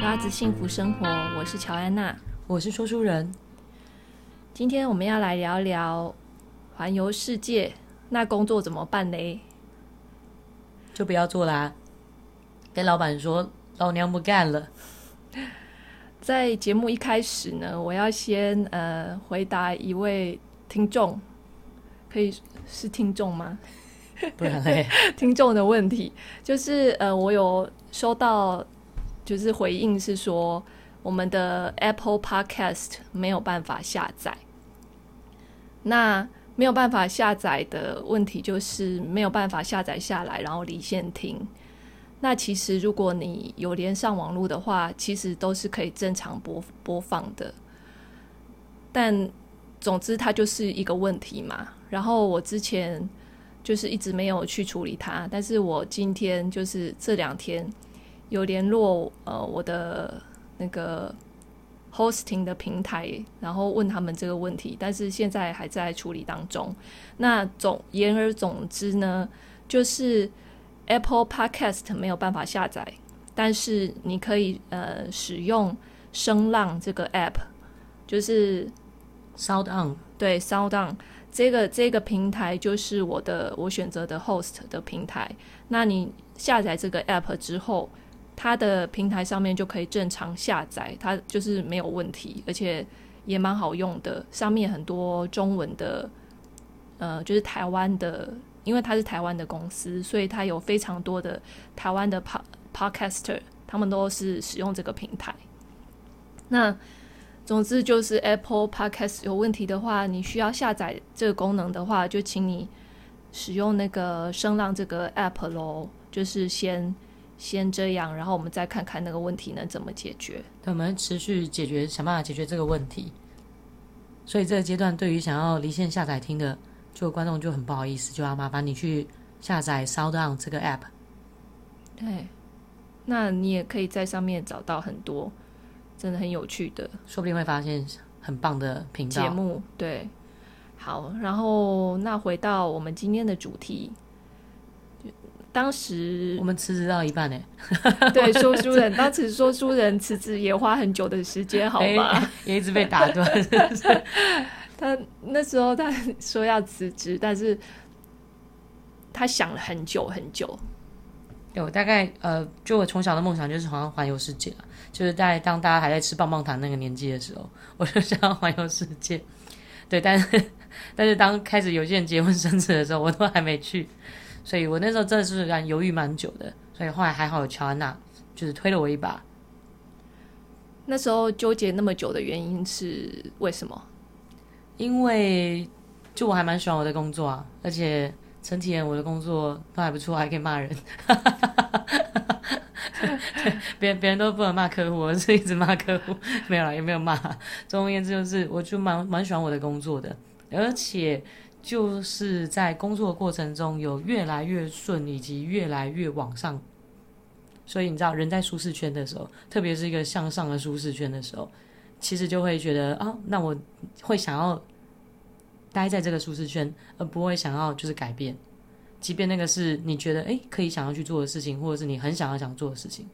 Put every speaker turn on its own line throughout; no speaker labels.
拉子幸福生活，我是乔安娜。
我是说书人，
今天我们要来聊聊环游世界，那工作怎么办嘞？
就不要做啦。跟老板说，老娘不干了。
在节目一开始呢，我要先呃回答一位听众，可以是听众吗？
不然嘞，
听众的问题，就是呃，我有收到，就是回应是说我们的 Apple Podcast 没有办法下载。那没有办法下载的问题就是没有办法下载下来，然后离线听。那其实如果你有连上网络的话，其实都是可以正常播播放的。但总之，它就是一个问题嘛。然后我之前就是一直没有去处理它，但是我今天就是这两天有联络呃我的那个 hosting 的平台，然后问他们这个问题，但是现在还在处理当中。那总言而总之呢，就是 Apple Podcast 没有办法下载，但是你可以呃使用声浪这个 app，就是。
Sound on，
对 Sound On 这个这个平台就是我的我选择的 host 的平台。那你下载这个 app 之后，它的平台上面就可以正常下载，它就是没有问题，而且也蛮好用的。上面很多中文的，呃，就是台湾的，因为它是台湾的公司，所以它有非常多的台湾的 po podcaster，他们都是使用这个平台。那总之就是 Apple Podcast 有问题的话，你需要下载这个功能的话，就请你使用那个声浪这个 app 咯。就是先先这样，然后我们再看看那个问题能怎么解决。
对我们持续解决，想办法解决这个问题。所以这个阶段，对于想要离线下载听的，就观众就很不好意思，就要麻烦你去下载 Sound on 这个 app。
对，那你也可以在上面找到很多真的很有趣的
说不定会发现很棒的频
节
道。
目。对，好，然后那回到我们今天的主题，就当时
我们辞职到一半呢、
对，说书人当时说书人辞职也花很久的时间，好
哎
吧？
也一直被打断。
他那时候他说要辞职，但是他想了很久很久。
对，我大概呃，就我从小的梦想就是好像环游世界啊，就是在当大家还在吃棒棒糖那个年纪的时候，我就想要环游世界。对，但是 但是当开始有些人结婚生子的时候，我都还没去，所以我那时候真的是让犹豫蛮久的。所以后来还好有乔安娜，就是推了我一把。
那时候纠结那么久的原因是为什么？
因为就我还蛮喜欢我的工作啊，而且整体而言我的工作都还不错，还可以骂人。 别别人都不能骂客户，我是一直骂客户， 没有啦，也没有骂。总而言之，就是我就蛮蛮喜欢我的工作的，而且就是在工作的过程中有越来越顺，以及越来越往上。所以你知道，人在舒适圈的时候，特别是一个向上的舒适圈的时候，其实就会觉得啊，那我会想要待在这个舒适圈，而不会想要就是改变，即便那个是你觉得诶可以想要去做的事情，或者是你很想要想做的事情。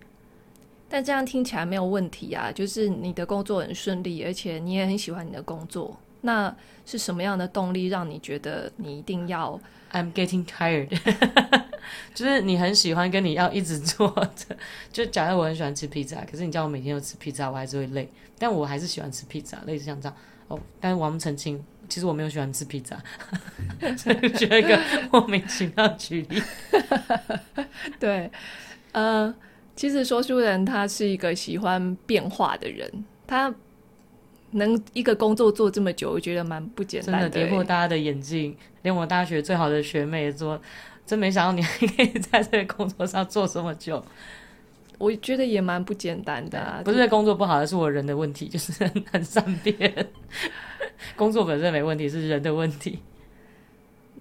但这样听起来没有问题啊，就是你的工作很顺利，而且你也很喜欢你的工作。那是什么样的动力让你觉得你一定要
I'm getting tired，就是你很喜欢跟你要一直做的。就假设我很喜欢吃披萨，可是你叫我每天都吃披萨，我还是会累。但我还是喜欢吃披萨，类似像这样哦。但是我们澄清，其实我没有喜欢吃披萨，所以觉得一个莫名其妙的举例。
对，呃，其实说书人他是一个喜欢变化的人，他能一个工作做这么久，我觉得蛮不简
真
单
的跌破
欸
大家的眼镜，连我大学最好的学妹也说，真没想到你还可以在这个工作上做这么久。
我觉得也蛮不简单的、啊。
不是工作不好，而是我人的问题，就是很很善变。工作本身没问题，是人的问题。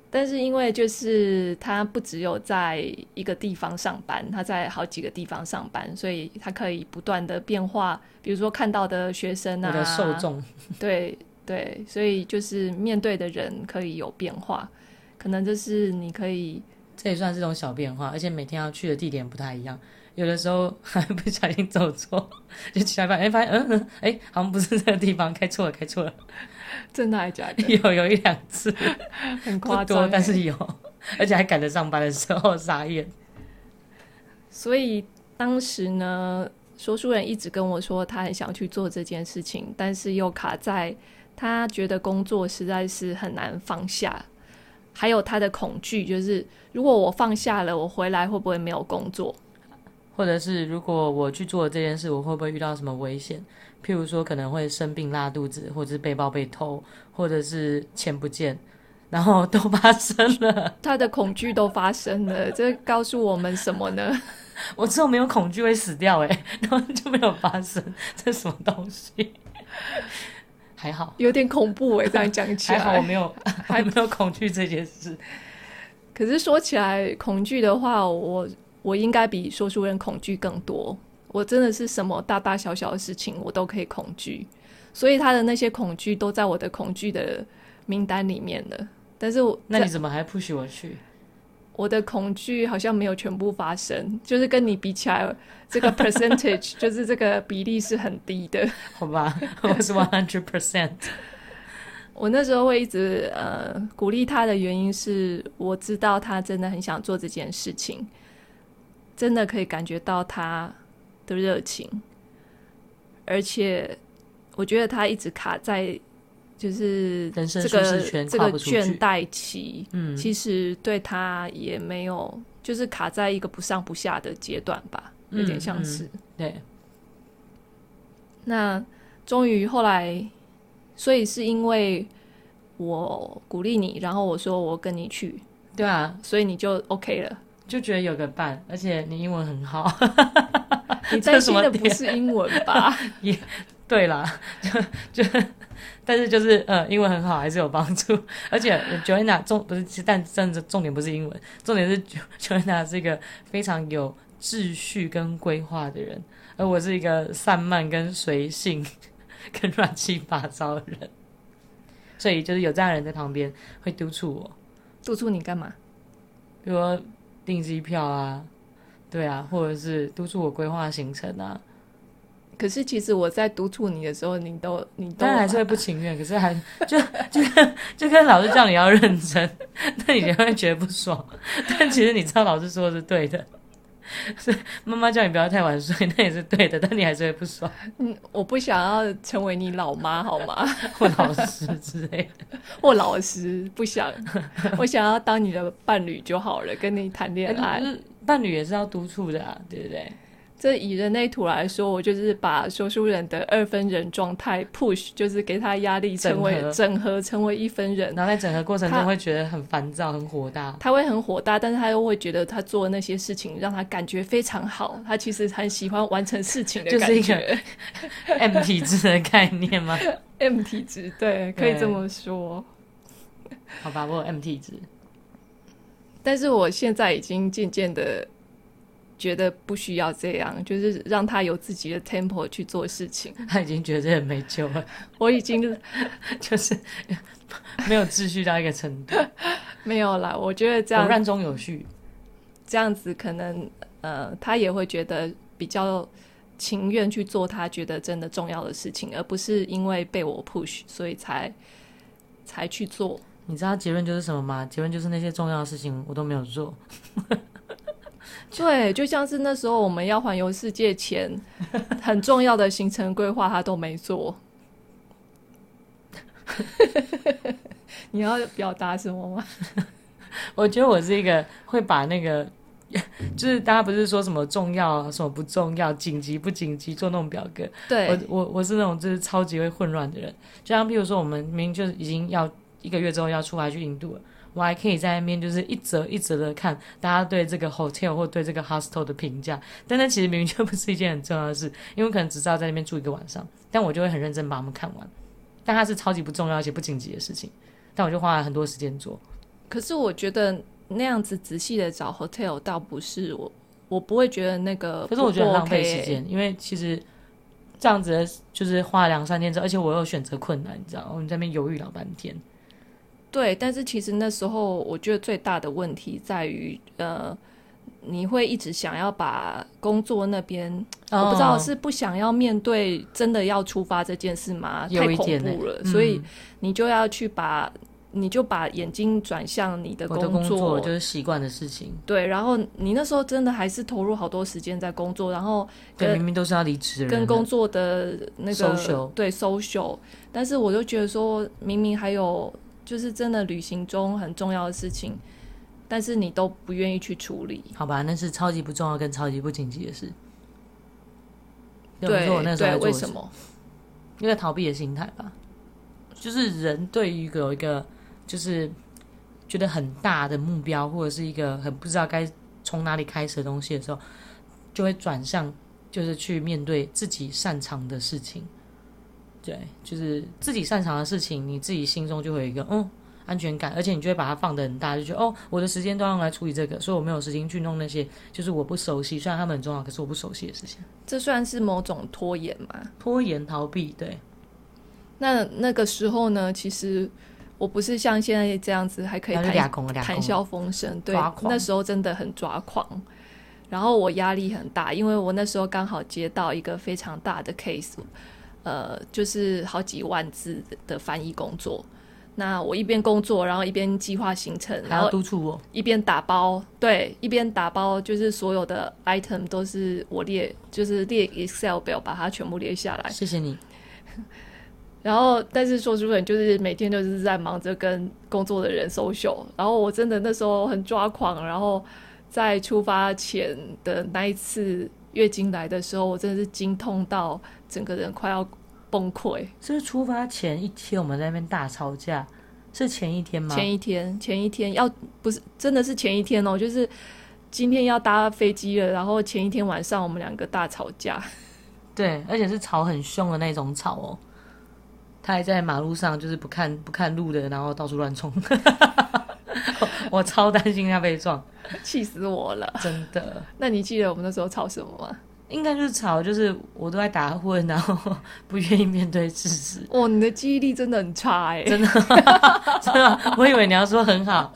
但是因为就是他不只有在一个地方上班，他在好几个地方上班，所以他可以不断的变化，比如说看到的学生啊，
我的受众，
对对，所以就是面对的人可以有变化，可能就是你可以。
这也算是种小变化，而且每天要去的地点不太一样。有的时候还不小心走错，就起来发现，哎，发现，嗯，嗯哎，好像不是这个地方，开错了，开错了，
真的还假的？
有有一两次，
很
不
夸
多，
张，欸
但是有，而且还赶着上班的时候，傻眼。
所以当时呢，说书人一直跟我说他很想去做这件事情，但是又卡在他觉得工作实在是很难放下，还有他的恐惧，就是如果我放下了，我回来会不会没有工作？
或者是如果我去做这件事，我会不会遇到什么危险？譬如说可能会生病、拉肚子，或者是背包被偷，或者是钱不见，然后都发生了。
他的恐惧都发生了，这告诉我们什么呢？
我之后没有恐惧会死掉、欸，哎，然后就没有发生，这什么东西？还好，
有点恐怖欸诶、这样讲起
还好 我
来。
没有，还没有恐惧这件事。
可是说起来恐惧的话，我我应该比说书人恐惧更多。我真的是什么大大小小的事情我都可以恐惧，所以他的那些恐惧都在我的恐惧的名单里面了。但是我
那你怎么还不许我去？
我的恐惧好像没有全部发生，就是跟你比起来，这 个 percentage 就是这个比例是很低的。
好吧，我是 one hundred percent。
我那时候会一直呃鼓励他的原因是，我知道他真的很想做这件事情，真的可以感觉到他的热情，而且我觉得他一直卡在就是
人生
这
舒
个
适圈
这
跨
个
不出去
倦怠期，嗯，其实对他也没有，就是卡在一个不上不下的阶段吧，有点
嗯
像
嗯
是。
对，
那终于后来，所以是因为我鼓励你，然后我说我跟你去，
对啊，
所以你就 OK 了。
就觉得有个伴，而且你英文很好。
你
这
担
什
心
么
的不是英文吧？
对啦，就就，但是就是呃，英文很好，还是有帮助。而且呃 Joanna 重不是，其实但但是重点不是英文，重点是 Jo- Joanna 是一个非常有秩序跟规划的人，而我是一个散漫跟随性跟乱七八糟的人。所以就是有这样的人在旁边会督促我，
督促你干嘛？
比如说订机票啊，对啊，或者是督促我规划行程啊。
可是其实我在督促你的时候，你都你都
当然还是会不情愿，可是还就就跟就跟老师叫你要认真， 那你就会觉得不爽。但其实你知道老师说的是对的， 是妈妈叫你不要太晚睡，那也是对的，但你还是会不爽。
嗯，我不想要成为你老妈好吗？
或老师之类的，
我老师不想，我想要当你的伴侣就好了，跟你谈恋爱
就。是伴侣也是要督促的啊，对不对？
这以人类图来说，我就是把说书人的二分人状态 push，就是给他压力，成为
整合
整合成为一分人。
然后在整个过程
他
中会觉得很烦躁、很火大。
他会很火大，但是他又会觉得他做的那些事情让他感觉非常好，他其实很喜欢完成事情的
就
感
是一
觉。
个 M 体质的概念吗？
M 体质，对，可以这么说。
好吧，我有 M 体质，
但是我现在已经渐渐的觉得不需要这样，就是让他有自己的 tempo 去做事情。
他已经觉得这人没救了，
我已经
就是 没有秩序到一个程度，
没有啦，我觉得这样
有乱中有序。
这样子可能呃，他也会觉得比较情愿去做他觉得真的重要的事情，而不是因为被我 push 所以才才去做。
你知道结论就是什么吗？结论就是那些重要的事情我都没有做。
对，就像是那时候我们要环游世界 前，很重要的行程规划他都没做。你要表达什么吗？
我觉得我是一个会把那个， 就是大家不是说什么重要啊、什么不重要、紧急不紧急做那种表格。我
对，
我我是那种就是超级会混乱的人。就像譬如说，我们明明就已经要一个月之后要出发去印度了。我还可以在那边就是一则一则的看大家对这个 hotel 或对这个 hostel 的评价，但那其实明明就不是一件很重要的事，因为我可能只知道在那边住一个晚上，但我就会很认真把它们看完。但它是超级不重要而且不紧急的事情，但我就花了很多时间做。
可是我觉得那样子仔细的找 hotel 倒不是我，我不会觉得那个不 OK 欸、
可是我觉得很浪费时间，因为其实这样子的就是花了两三天之后，而且我有选择困难，你知道吗，我们在那边犹豫老半天。
对，但是其实那时候我觉得最大的问题在于，呃，你会一直想要把工作那边，
哦
我不知道是不想要面对真的要出发这件事吗？
有
太
一
恐
点
怖了，
欸
所以你就要去把，你就把眼睛转向你的
嗯我
工
的工
作
作就是习惯的事情，
对，然后你那时候真的还是投入好多时间在工作，然后
对，
跟
明明都是要离职的人了，
跟工作的那个
Social
对 social，但是我就觉得说，明明还有就是真的旅行中很重要的事情，但是你都不愿意去处理。
好吧，那是超级不重要跟超级不紧急的事。
对
是我那时候在
对，
做
为
的事
什？么？
因为逃避的心态吧，就是人对于一个有一个就是觉得很大的目标，或者是一个很不知道该从哪里开始的东西的时候，就会转向就是去面对自己擅长的事情。对，就是自己擅长的事情，你自己心中就会有一个嗯安全感，而且你就会把它放得很大，就觉得哦，我的时间都要用来处理这个，所以我没有时间去弄那些就是我不熟悉，虽然他们很重要，可是我不熟悉的事情。
这算是某种拖延嘛？
拖延逃避，对，
那那个时候呢，其实我不是像现在这样子还可以
然后就
谈
俩空了俩空
谈
了
笑风生，对
抓，狂
那时候真的很抓狂。然后我压力很大，因为我那时候刚好接到一个非常大的 case，呃，就是好几万字的翻译工作。那我一边工作，然后一边计划行程，
还
然后
要督促我。
一边打包，对，一边打包，就是所有的 item 都是我列，就是列 Excel 表把它全部列下来。
谢谢你，
然后，但是说书人就是每天就是在忙着跟工作的人 social。然后我真的那时候很抓狂，然后在出发前的那一次月经来的时候，我真的是经痛到整个人快要崩溃。
是不是出发前一天我们在那边大吵架？是前一天吗？
前一天，前一天要不是真的是前一天哦，就是今天要搭飞机了，然后前一天晚上我们两个大吵架。
对，而且是吵很凶的那种吵哦。他还在马路上就是不看不看路的，然后到处乱冲。 我超担心他被撞，
气死我了！
真的。
那你记得我们那时候吵什么吗？
应该就是吵，就是我都在打混，然后 不愿意面对事实。
哦，你的记忆力真的很差哎、
真真的，我以为你要说很好，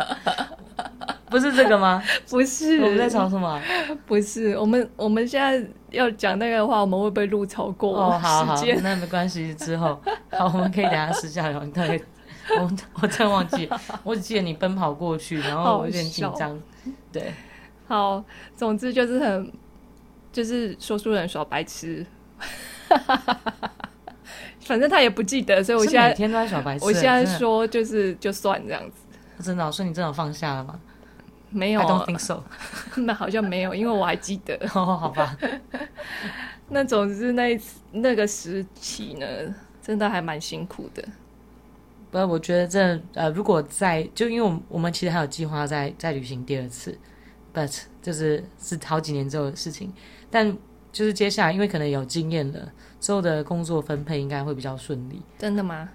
不是这个吗？
不是
我们在吵什么？啊
不是，我们我们现在要讲那个的话，我们会不会录超过
哦，好好
时间？，
那没关系。之后，好，我们可以等一下私下聊。你到底， 我我真的忘记了，我只记得你奔跑过去，然后我有点紧张。对，
好总之就是很，就是说书人耍白 痴，反正他也不记得，所以我
是
现在
每天都在耍白痴。
我现在
真的，
说就是就算这样子，
真的哦，所以你真的有放下了吗
没
？I
有
don't
啊，
think so。
那好像没有，因为我还记得。
哦，好吧，
那总之那一次那个时期呢，真的还蛮辛苦的。
不，我觉得这呃，如果在就因为我们我们其实还有计划再再旅行第二次，but 就是是好几年之后的事情，但。就是接下来，因为可能有经验了，之后的工作分配应该会比较顺利。
真的吗？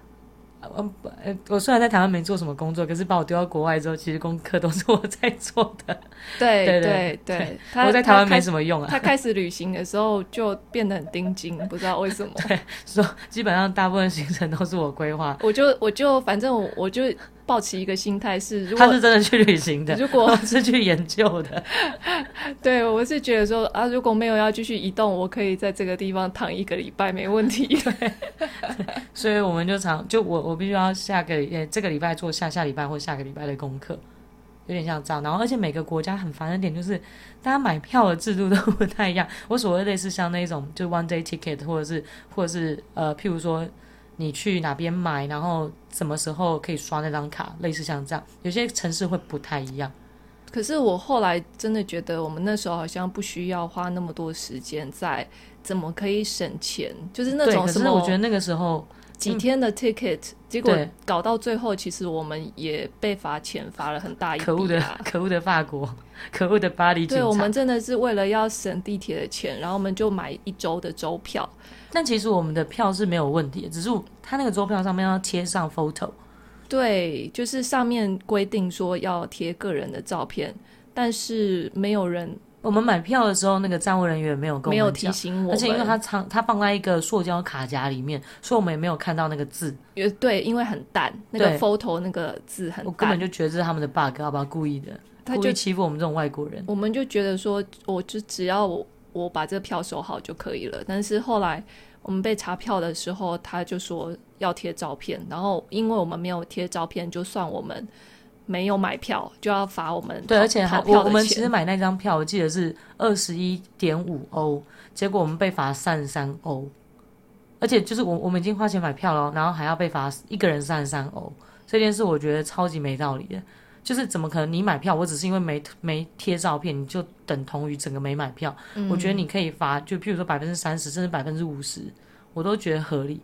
呃不呃，我虽然在台湾没做什么工作，可是把我丢到国外之后，其实功课都是我在做的。
对
对
对
对
对， 他
我在台湾
他
没什么用啊，
他开始旅行的时候就变得很盯紧，不知道为 什么。
所以基本上大部分行程都是我规划。
我就我就反正我我就抱持一个心态是，如
他
果
是真的去旅行的，
如果
我是去研究的。
对我是觉得说啊，如果没有要继续移动，我可以在这个地方躺一个礼拜没问 题。
所以我们就常就我我必须要下个呃这个礼拜做下下礼拜或下个礼拜的功课，有点像这样。然后而且每个国家很烦的点就是，大家买票的制度都不太一样。我所谓类似像那种就 one day ticket 或者是或者是呃譬如说你去哪边买，然后什么时候可以刷那张卡，类似像这样。有些城市会不太一样。
可是我后来真的觉得，我们那时候好像不需要花那么多时间在怎么可以省钱，就是那
对，
种
可
什
是我觉
么
得那个时候
几天的 ticket，、结果
对
搞到最后，其实我们也被罚钱，罚了很大一笔、啊。
可恶的、可恶的法国，可恶的巴黎警
对
察。
我们真的是为了要省地铁的钱，然后我们就买一周的周票。
但其实我们的票是没有问题的，只是我他那个周票上面要贴上 photo，
对，就是上面规定说要贴个人的照片，但是没有人
我们买票的时候，那个站务人员没有跟我们
没有提
讲
醒我
而且因为
们
它藏它放在一个塑胶卡夹里面，所以我们也没有看到那个字，
也对，因为很淡，那个
对
photo 那个字很
我根
淡
本，就觉得这是他们的 bug，好不好？故意的，
他
故
就
意欺负我们这种外国人。
我们就觉得说，我就只要我我把这个票收好就可以了。但是后来我们被查票的时候，他就说要贴照片，然后因为我们没有贴照片，就算我们没有买票，就要罚我们
对，
逃
而且还
逃
我
票
我
的
们其实
钱。
买那张票，我记得是二十一点五欧，结果我们被罚三十三欧，而且就是我我们已经花钱买票了，然后还要被罚一个人三十三欧，这件事我觉得超级没道理的。就是怎么可能你买票，我只是因为没没贴照片，你就等同于整个没买票？
嗯
我觉得你可以罚，就譬如说百分之三十，甚至百分之五十，我都觉得合理。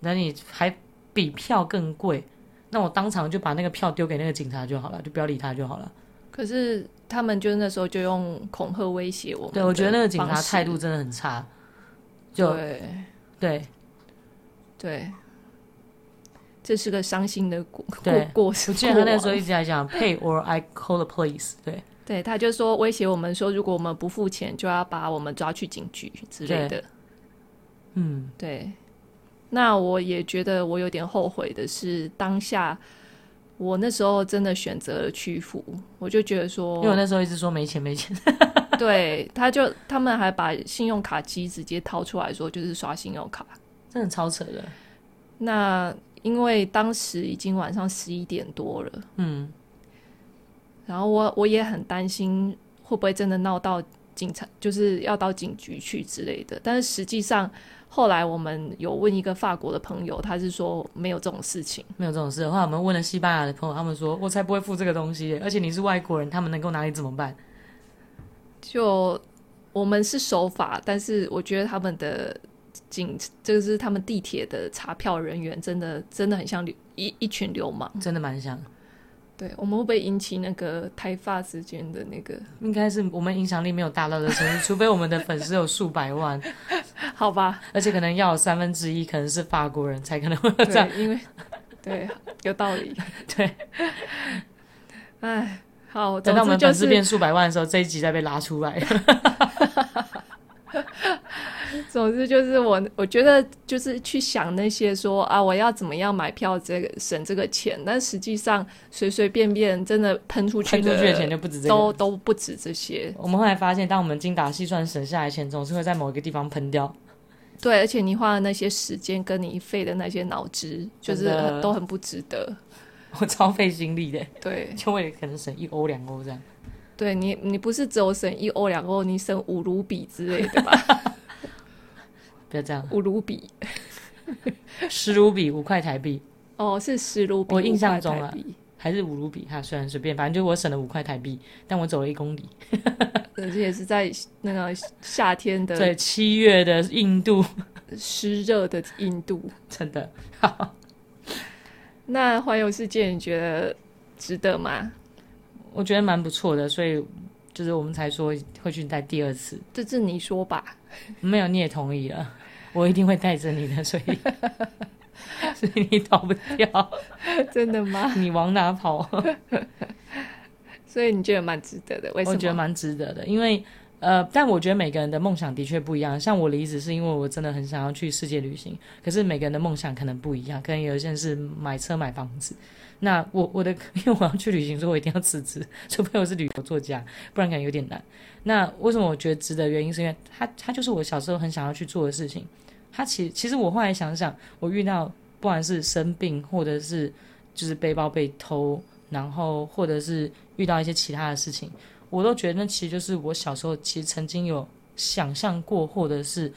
那你还比票更贵，那我当场就把那个票丢给那个警察就好了，就不要理他就好了。
可是他们就那时候就用恐吓威胁我们的方式。
对，我觉得那个警察态度真的很差。就
对
对，
对，这是个伤心的过过
对
过
我记得
过
他那个
往
时候一直在讲 “pay or I call the police”，对
对，他就说威胁我们说，如果我们不付钱，就要把我们抓去警局之类的。嗯，对。那我也觉得我有点后悔的是，当下我那时候真的选择了屈服，我就觉得
因为我
说，
那时候一直说没钱没钱，
对，他就他们还把信用卡机直接掏出来说，就是刷信用卡。
真的超扯的。
那因为当时已经晚上十一点多了，
嗯，
然后我我也很担心会不会真的闹到警察，就是要到警局去之类的。但是实际上，后来我们有问一个法国的朋友，他是说没有这种事情。
没有这种事。后来我们问了西班牙的朋友，他们说：“我才不会付这个东西，而且你是外国人，他们能够拿你怎么办
就我们是守法，但是我觉得他们的警，就是他们地铁的查票人员，真的真的很像流一一群流氓。？”
真的蛮像，
对，我们会不会引起那个台发之间的那个？
应该是我们影响力没有大到的程度，除非我们的粉丝有数百万，
好吧，
而且可能要有三分之一可能是法国人才可能会有这样。
对，因为对有道理。
对，
哎，好，
等到我
总之
们
就
粉丝
是
变数百万的时候，这一集再被拉出 来。
总之就是我，我觉得就是去想那些说啊，我要怎么样买票这个省这个钱，但实际上随随便便真的喷出去
喷出去的钱就不止这个。
都都不止这些。
我们后来发现，当我们精打细算省下来的钱，总是会在某一个地方喷掉。
对，而且你花的那些时间跟你费的那些脑汁，就是
真的
很都很不值得。
我超费心力的，
对，
就为了可能省一欧两欧这样。
对你你不是只有省一欧两欧，你省五卢比之类 的吧？
不要这样，
五卢比
十卢比五块台币，
哦，是十卢比，
我印象中
5块
啊
台币，
还是五卢比？哈，虽然随便，反正就我省了五块台币，但我走了一公里。
而且也是在那个夏天的
对，七月的印度，
湿热的印度。
真的
那环游世界你觉得值得吗？
我觉得蛮不错的，所以就是我们才说会去带第二次。
这是你说吧。
没有，你也同意了，我一定会带着你的，所以 所以你逃不掉，
真的吗？
你往哪跑？
所以你觉得蛮值得的，为什
我觉得
么？
蛮值得的，因为呃，但我觉得每个人的梦想的确不一样。像我离职是因为我真的很想要去世界旅行，可是每个人的梦想可能不一样，可能有一些人是买车买房子。那我我的 因为我要去旅行，所以我一定要辞职， 除非我是旅游作家，不然可能有点难。那为什么我觉得值得？原因是因为它它就是我小时候很想要去做的事情。它其其实我后来想想，我遇到不管是生病，或者是就是背包被偷，然后或者是遇到一些其他的事情。我都觉得那其实就是我小时候其实曾经有想象过，或者是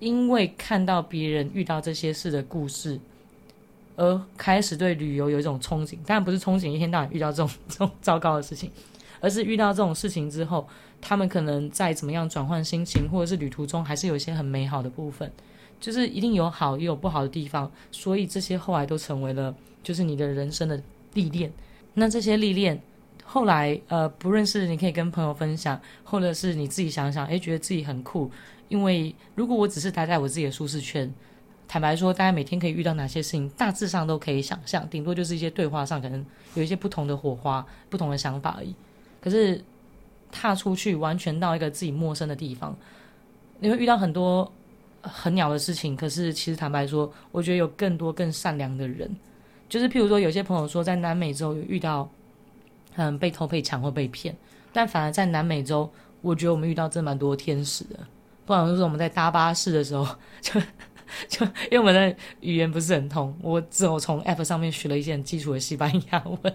因为看到别人遇到这些事的故事，而开始对旅游有一种憧憬。当然不是憧憬一天到晚遇到这种这种糟糕的事情，而是遇到这种事情之后，他们可能在怎么样转换心情，或者是旅途中还是有一些很美好的部分。就是一定有好也有不好的地方，所以这些后来都成为了就是你的人生的历练。那这些历练后来呃，不论是你可以跟朋友分享，或者是你自己想想，诶，觉得自己很酷。因为如果我只是待在我自己的舒适圈，坦白说，大家每天可以遇到哪些事情，大致上都可以想象，顶多就是一些对话上可能有一些不同的火花、不同的想法而已。可是踏出去，完全到一个自己陌生的地方，你会遇到很多很鸟的事情。可是其实坦白说，我觉得有更多更善良的人，就是譬如说，有些朋友说在南美洲有遇到，嗯，被偷、被抢或被骗，但反而在南美洲，我觉得我们遇到真蛮多天使的。不然就是我们在搭巴士的时候，就就因为我们的语言不是很通，我只有从 App 上面学了一些很基础的西班牙文，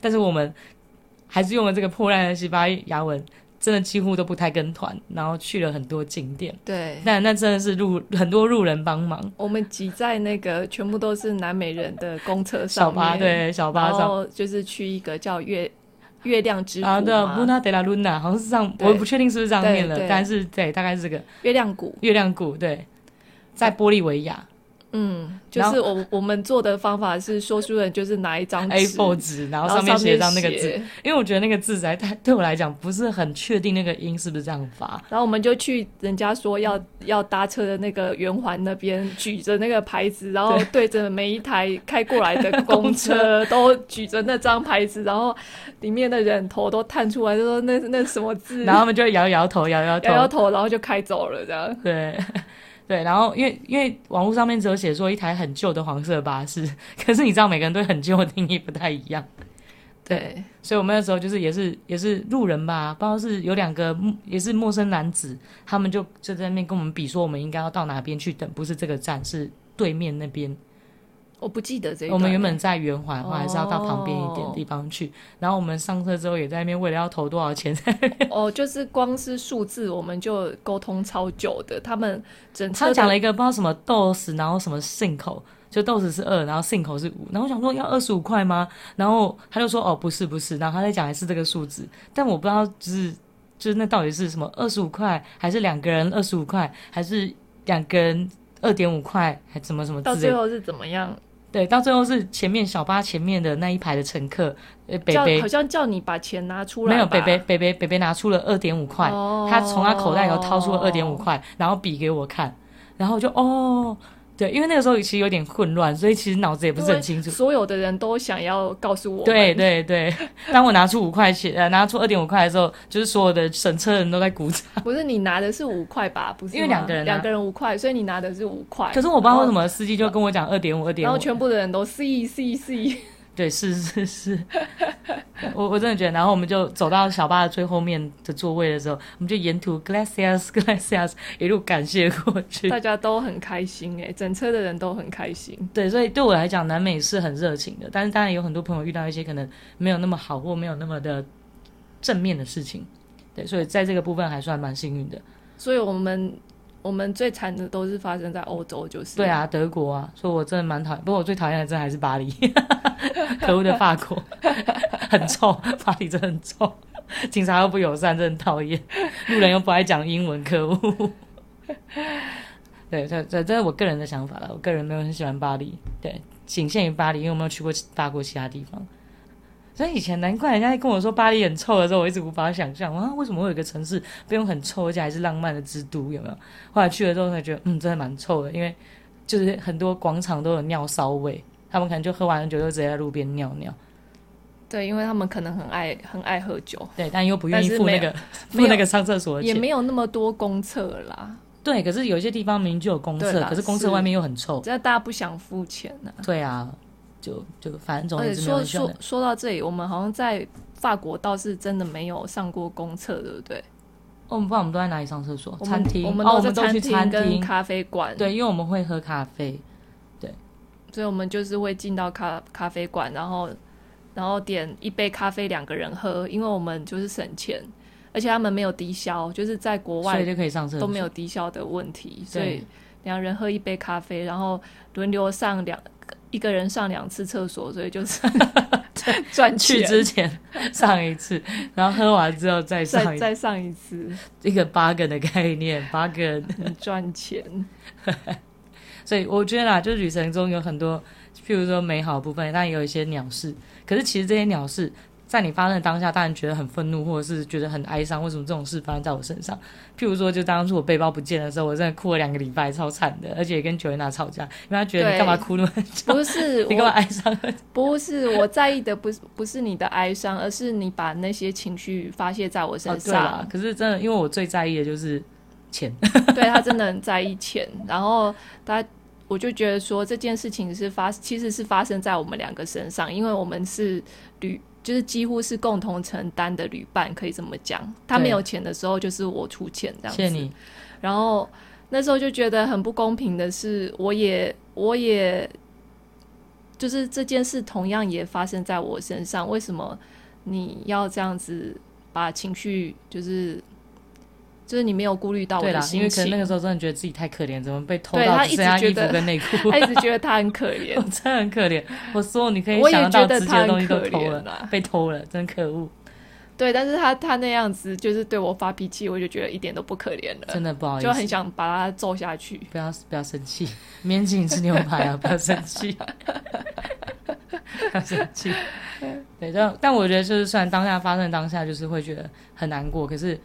但是我们还是用了这个破烂的西班牙文，真的几乎都不太跟团，然后去了很多景点，
对，
但那真的是路很多路人帮忙，
我们挤在那个全部都是南美人的公车
小
上
巴
面，，哦
对小巴
然
上。
后就是去一个叫月月亮之谷
啊，对
嘛
，Luna de la Luna，好像是这样，我
对
不确定是不是这样
对
念了，
对
但是对，大概是这个
月亮谷，
月亮谷，对，在玻利维亚
嗯，就
然后
是我我们做的方法是，说书人就是拿一张纸
A4 纸，然后
然
上面写
写
上那个字，，因为我觉得那个字实在太对我来讲不是很确定那个音是不是这样发。
然后我们就去人家说要要搭车的那个圆环那边，举着那个牌子，然后对着每一台开过来的公车都举着那张牌子，然后里面的人头都探出来，就说那那什么字，
然后他们就摇摇头，摇摇头，
摇摇头，然后就开走了这样。
对 对。然后因为因为网络上面只有写说一台很旧的黄色巴士， 可是你知道每个人对很旧的定义不太一样，
对，
所以我们那时候就是也是也是路人吧，不知道是有两个陌也是陌生男子，他们就就在那边跟我们比说我们应该要到哪边去等，不是这个站是。对面那边，
我不记得这一
我们
段
原
了
本在圆环，后来是要到旁边一点
哦
地方去。然后我们上车之后，也在那边为了要投多少 钱，
哦，就是光是数字，我们就沟通超久的。他们整车
他
的
讲了一个不知道什么豆豉，然后什么信口，就豆豉是二，然后信口是五，然后我想说要二十五块吗？然后他就说哦不是不是，然后他再讲一次这个数字，但我不知道就是就是那到底是什么二十五块，还是两个人二十五块，还是两个人二点五块，还怎么什么之
到
类
最
的。
后是怎么样？
对，到最后是前面小巴前面的那一排的乘客，呃北
叫
北
好像叫你把钱拿出来吧，
没有北北北北北北拿出了二点五块，
哦
他从他口袋里头掏出了二点五块，然后比给我看，然后我就哦，对，因为那个时候其实有点混乱，所以其实脑子也不是很清楚。
所有的人都想要告诉我，
对，对对， 当我拿出五块钱，呃，拿出二点五块的时候，就是所有的整车人都在鼓掌。
不是你拿的是五块吧？不是吗，
因为两个人啊
两个人五块，所以你拿的是五块。
可是我不知道为什
么，
么司机就跟我讲二点五，二点
哎然
五
后，全部的人都 C C C，
对，是是是，我我真的觉得，然后我们就走到小巴的最后面的座位的时候，我们就沿途 glacias glacias 一路感谢过去。
大家都很开心哎、整车的人都很开心。
对，所以对我来讲，南美是很热情的，但是当然有很多朋友遇到一些可能没有那么好或没有那么的正面的事情，对，所以在这个部分还算蛮幸运的。
所以我们我们最惨的都是发生在欧洲，就是
对，啊，德国啊，所以我真的蛮讨厌，不过我最讨厌的真的还是巴黎， 可恶的法国， 很臭，巴黎真的很臭，警察又不友善，真的很讨厌，路人又不爱讲英文，可恶。 对，这这这是我个人的想法了，我个人没有很喜欢巴黎，对，仅限于巴黎，因为我没有去过其法国其他地方。所以以前难怪人家在跟我说巴黎很臭的时候，我一直无法想象啊，为什么会有一个城市不用很臭，而且还是浪漫的之都，有没有？后来去了之后才觉得，嗯，真的蛮臭的，因为就是很多广场都有尿骚味，他们可能就喝完酒就直接在路边尿尿，
对，因为他们可能很爱很爱喝酒，
对，但又不愿意
但是
付
没
那
有
个
没
付
有
那个上厕所的
也
钱。
没有那么多公厕啦，
对，可是有一些地方明明就有公
对
厕，
啦
可是公
是
厕外面又很臭。
真的大家不想付钱呢、
对啊，就就反正总
而
而
且
言之没有
说
哦人喜欢
说
的。
说到这里，我们好像在法国倒是真的没有上过公厕，对不对？
哦我们不知道我们都在哪里上厕所，
我
餐
们
厅
我们
哦，我
在
们都去餐
跟
厅，
咖啡馆，，
对，因为我们会喝咖啡，
所以我们就是会进到咖咖啡馆，然后然后点一杯咖啡，两个人喝，因为我们就是省钱，而且他们没有低消，就是在国
所
外
以就可以上厕所。
都没有低消的问题，所
对
以两人喝一杯咖啡，然后轮流上两一个人上两次厕所，所以就是 赚
去
钱，
之前 上一次，然后喝完之后再上
再
一次，
再上一次
一个 bargain 的概念，bargain。
很赚 钱。
所以我觉得啦，就是旅程中有很多，譬如说美好的部分，但也有一些鸟事。可是其实这些鸟事在你发生的当下，当然觉得很愤怒，或者是觉得很哀伤，为什么这种事发生在我身上？譬如说，就当初我背包不见的时候，我真的哭了两个礼拜，超惨的，而且也跟九维娜吵架，因为她觉得你
对
干嘛哭那么久，
不是
你干嘛
我，
哀伤？
不是我在意的，不是不是你的哀伤，而是你把那些情绪发泄在我
哦，
身
对
上。
啦，可是真的，因为我最在意的就是钱，
对他真的很在意钱，然后他我就觉得说这件事情是发其实是发生在我们两个身上，因为我们是旅就是几乎是共同承担的旅伴，可以这么讲。他
对
没有钱的时候就是我出钱这样子，
谢谢你。
然后那时候就觉得很不公平的是，我也我也就是这件事同样也发生在我身上，为什么你要这样子把情绪就是？就是你没有顾虑到我
对
的
啦，因
心
为可
情
能，那个时候真的觉得自己太可怜，怎么被偷
对
到
他
只
一
剩下
直觉
衣服
得
跟 内裤
他，一直觉得他很可 怜
我，真的很可怜。我所有你可以
我也
想
觉得
得到直接
他
的东
很
西都
可
偷
怜
了，
啊。
被偷了，真可恶，
对，但是他他那样子就是对我发脾气，我就觉得一点都不可怜了，
真的不好意
就
思
很。想把他揍下去。
不要不要生气，明天请你吃牛排 啊！不要生气，不要生 气。对，但但我觉得就是，虽然当下发生的当下就是会觉得很难过，可是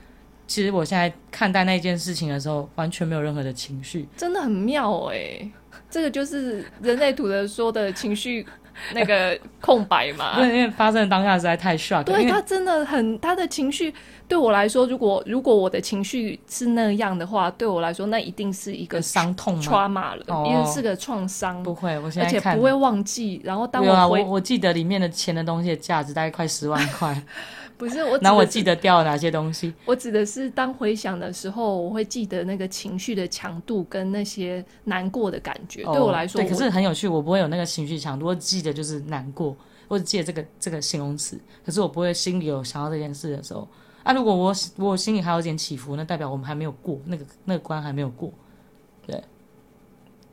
其实我现在看待那件事情的时候，完全没有任何的情绪。
真的很妙哎、这个就是人类图的说的情绪那个空白
因
嘛。
为因为发生的当下实在太 shock，了
对
因为
他真的很，他的情绪对我来说，如果如果我的情绪是那样的话，对我来说那一定是一个
有伤痛嘛。
trauma 了，
哦
因为是个创伤，
不会，我现
而
在
且
看
不会忘记。然后当
有啊，
回
我我记得里面的钱的东西的价值大概快十万 块，
不是我，
然后我记，得掉了哪些东西。
我指的是当回想的时候，我会记得那个情绪的强度跟那些难过的感觉。对
哦
我来说，
对，可
我
是很有趣，我不会有那个情绪强度，我记得就是难过，我只记得这个这个形容词，可是我不会心里有想到这件事的时候。啊，如果我我心里还有点起伏，那代表我们还没有过那个那个关还没有过，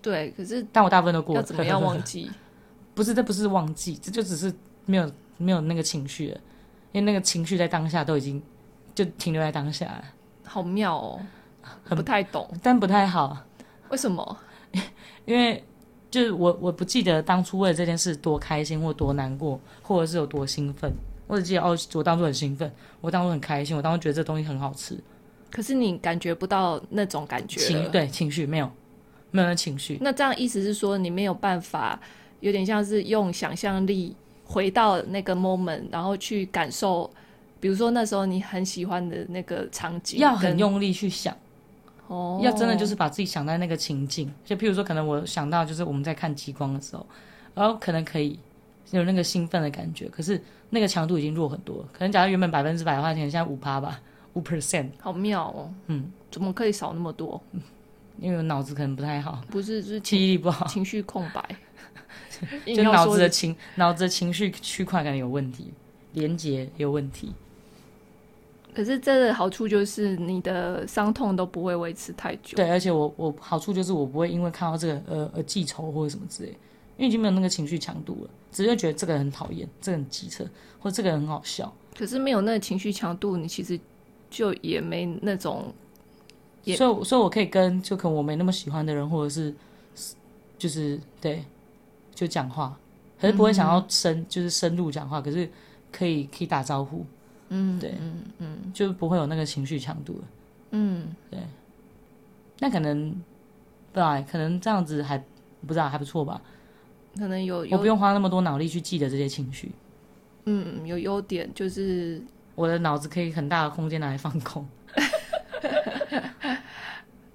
对，可是
但我大部分都过了。
要怎么样忘记？
不是，这不是忘记，这就只是没有没有那个情绪了，因为那个情绪在当下都已经就停留在当下了，
好妙哦，不太懂
但不太好。啊
为什么。
因为就是我我不记得当初为了这件事多开心或多难过，或者是有多兴奋。我只记得哦，我当初很兴奋，我当初很开心，我当初觉得这东西很好吃。
可是你感觉不到那种感觉
情
了
对情绪没有没有那情绪，
那这样意思是说，你没有办法，有点像是用想象力回到那个 moment，然后去感受，比如说那时候你很喜欢的那个场景，
要很
跟
用力去想，
哦，
要真的就是把自己想在那个情境。就譬如说，可能我想到就是我们在看极光的时候，然后可能可以有那个兴奋的感觉，可是那个强度已经弱很多了。可能假如原本百分之百的话，可能现在五趴吧，五 percent，
好妙哦，
嗯，
怎么可以少那么多？
因为我脑子可能不太好，
不是，就是
记忆力不好。
情绪空白，硬
啊 就
要
脑
说
子的
是
情脑子的情绪区块可能有问题，连接有问题。
可是这个好处就是你的伤痛都不会维持太久。
对，而且我我好处就是我不会因为看到这个呃呃记仇或者什么之类，因为已经没有那个情绪强度了，只是觉得这个人很讨厌，这个很机车，或者这个人很好笑。
可是没有那个情绪强度，你其实就也没那种也
所以我所以我可以跟就可能我没那么喜欢的人，或者是就是对就讲话，可是不会
嗯
想要深、就是深入讲话，可是可以可以打招呼，
嗯，
对
嗯嗯
就不会有那个情绪强度了。
嗯，
那可能不知道欸，可能这样子还不知道还不错吧。
可能有
我不
有
用花那么多脑力去记得这些情绪，
嗯有优点，就是
我的脑子可以很大的空间拿来放空。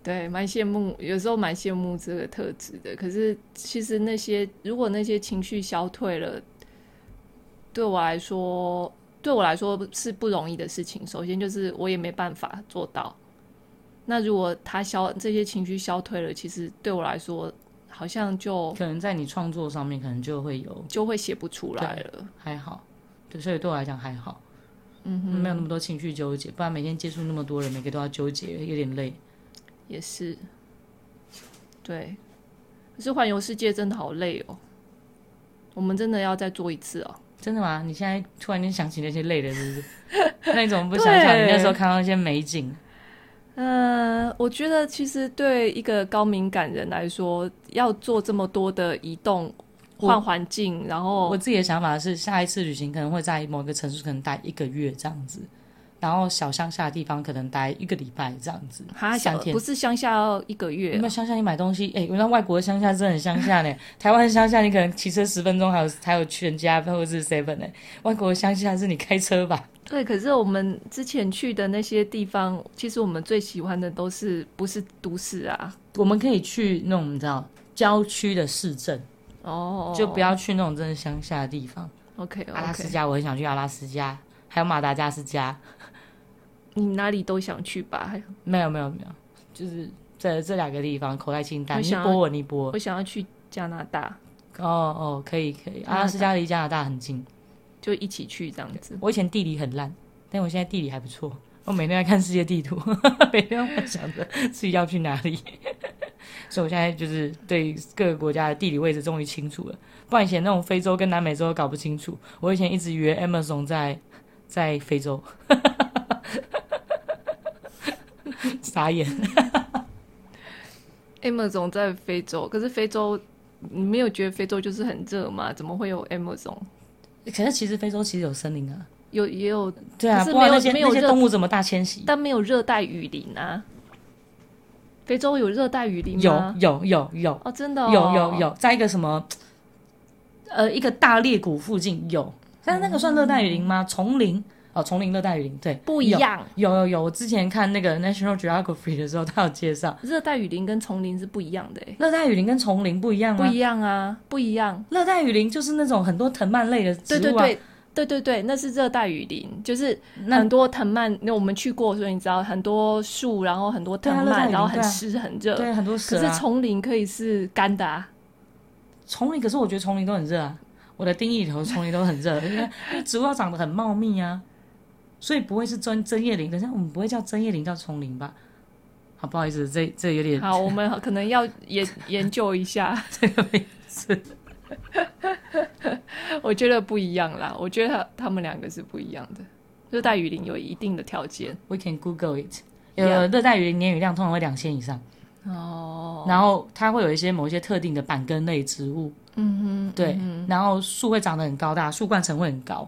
对，蛮羡慕，有时候蛮羡慕这个特质的。可是其实那些如果那些情绪消退了，对我来说，对我来说是不容易的事情。首先就是我也没办法做到。那如果他消这些情绪消退了，其实对我来说好像就
可能在你创作上面，可能就会有
就会写不出来了。
还好，对，所以对我来讲还好，嗯哼，没有那么多情绪纠结，不然每天接触那么多人，每个都要纠结，有点累。
也是，对。可是环游世界真的好累哦，我们真的要再做一次哦。
真的吗？你现在突然间想起那些累的，是 不是？那你怎么不想想你那时候看到那些美景？
嗯，我觉得其实对一个高敏感人来说，要做这么多的移动，换环境，然后
我自己的想法是，下一次旅行可能会在某一个城市可能待一个月这样子，然后小乡下的地方可能待一个礼拜这样子，
哈
三
呃
天
不。是乡下要一个月哦
那乡下你买东西，哎、原来外国的乡下真的很乡下呢。 台湾的乡下你可能骑车十分钟还有还有全家或者是 seven 呢，外国的乡下是你开车吧？
对，可是我们之前去的那些地方，其实我们最喜欢的都是不是都市啊？
我们可以去那种你知道郊区的市政，
哦，
就不要去那种真的乡下的地方。
OK
阿拉斯
OK，
加我很想去阿拉斯加，还有马达加斯加。
你哪里都想去吧？
没有没有没有，就是这这两个地方口袋清单，
我
尼
想要
泊尔尼泊尔。
我想要去加拿大，
哦哦，可以可以，
加拿大
阿拉斯加离加拿大很近。
就一起去这样子。
我以前地理很烂，但我现在地理还不错。我每天在看世界地图， 每天幻想着自己要去哪里， 所以我现在就是对各个国家的地理位置终于清楚了。不然以前那种非洲跟南美洲都搞不清楚。我以前一直约 Amazon 在在非洲， 傻眼。
Amazon 在非洲，可是非洲，你没有觉得非洲就是很热吗？怎么会有 Amazon？
可是其实非洲其实有森林啊，
有也有，
对啊，
可
不
是
知道
没有
那些
没有
那些
热
动物怎么大迁徙？
但没有热带雨林啊。非洲有热带雨林
有
吗？
有有有
哦，真的、哦、
有有。有，在一个什么呃一个大裂谷附近有，但那个算热带雨林吗？丛林哦，丛林热带雨林对，
嗯不一
有。
样，
有有有，我之前看那个 National Geography 的时候，他有介绍
热带雨林跟丛林是不一样的、欸，
热带雨林跟丛林不一样
不
啊
一。样啊，不一样。
热带雨林就是那种很多藤蔓类的植物
对
啊，
对对。对对对，那是热带雨林，就是
那
很多藤蔓。那我们去过，所以你知道很多树，然后很多
对
藤
啊热带雨
蔓，
林
然后很
对啊
湿很热。
对很多
可
蛇、
是
啊。
丛林可以是干的啊，
丛林，可是我觉得丛林都很热啊。我的定义里头，丛林都很热， 因为因为植物要长得很茂密啊，所以不会是针针叶林。等一下，我们不会叫针叶林，叫丛林吧？好，不好意思，这这有点
好，我们可能要研 研究一 下这个名字。 我觉得不一样啦，我觉得他他们两个是不一样的。热带雨林有一定的条件
we can Google it。呃，
Yeah
热带雨林年雨量通常会两千以上，
哦，
然后它会有一些某一些特定的板根类植物，
嗯哼，
对，
嗯
然后树会长得很高大，树冠层会很高，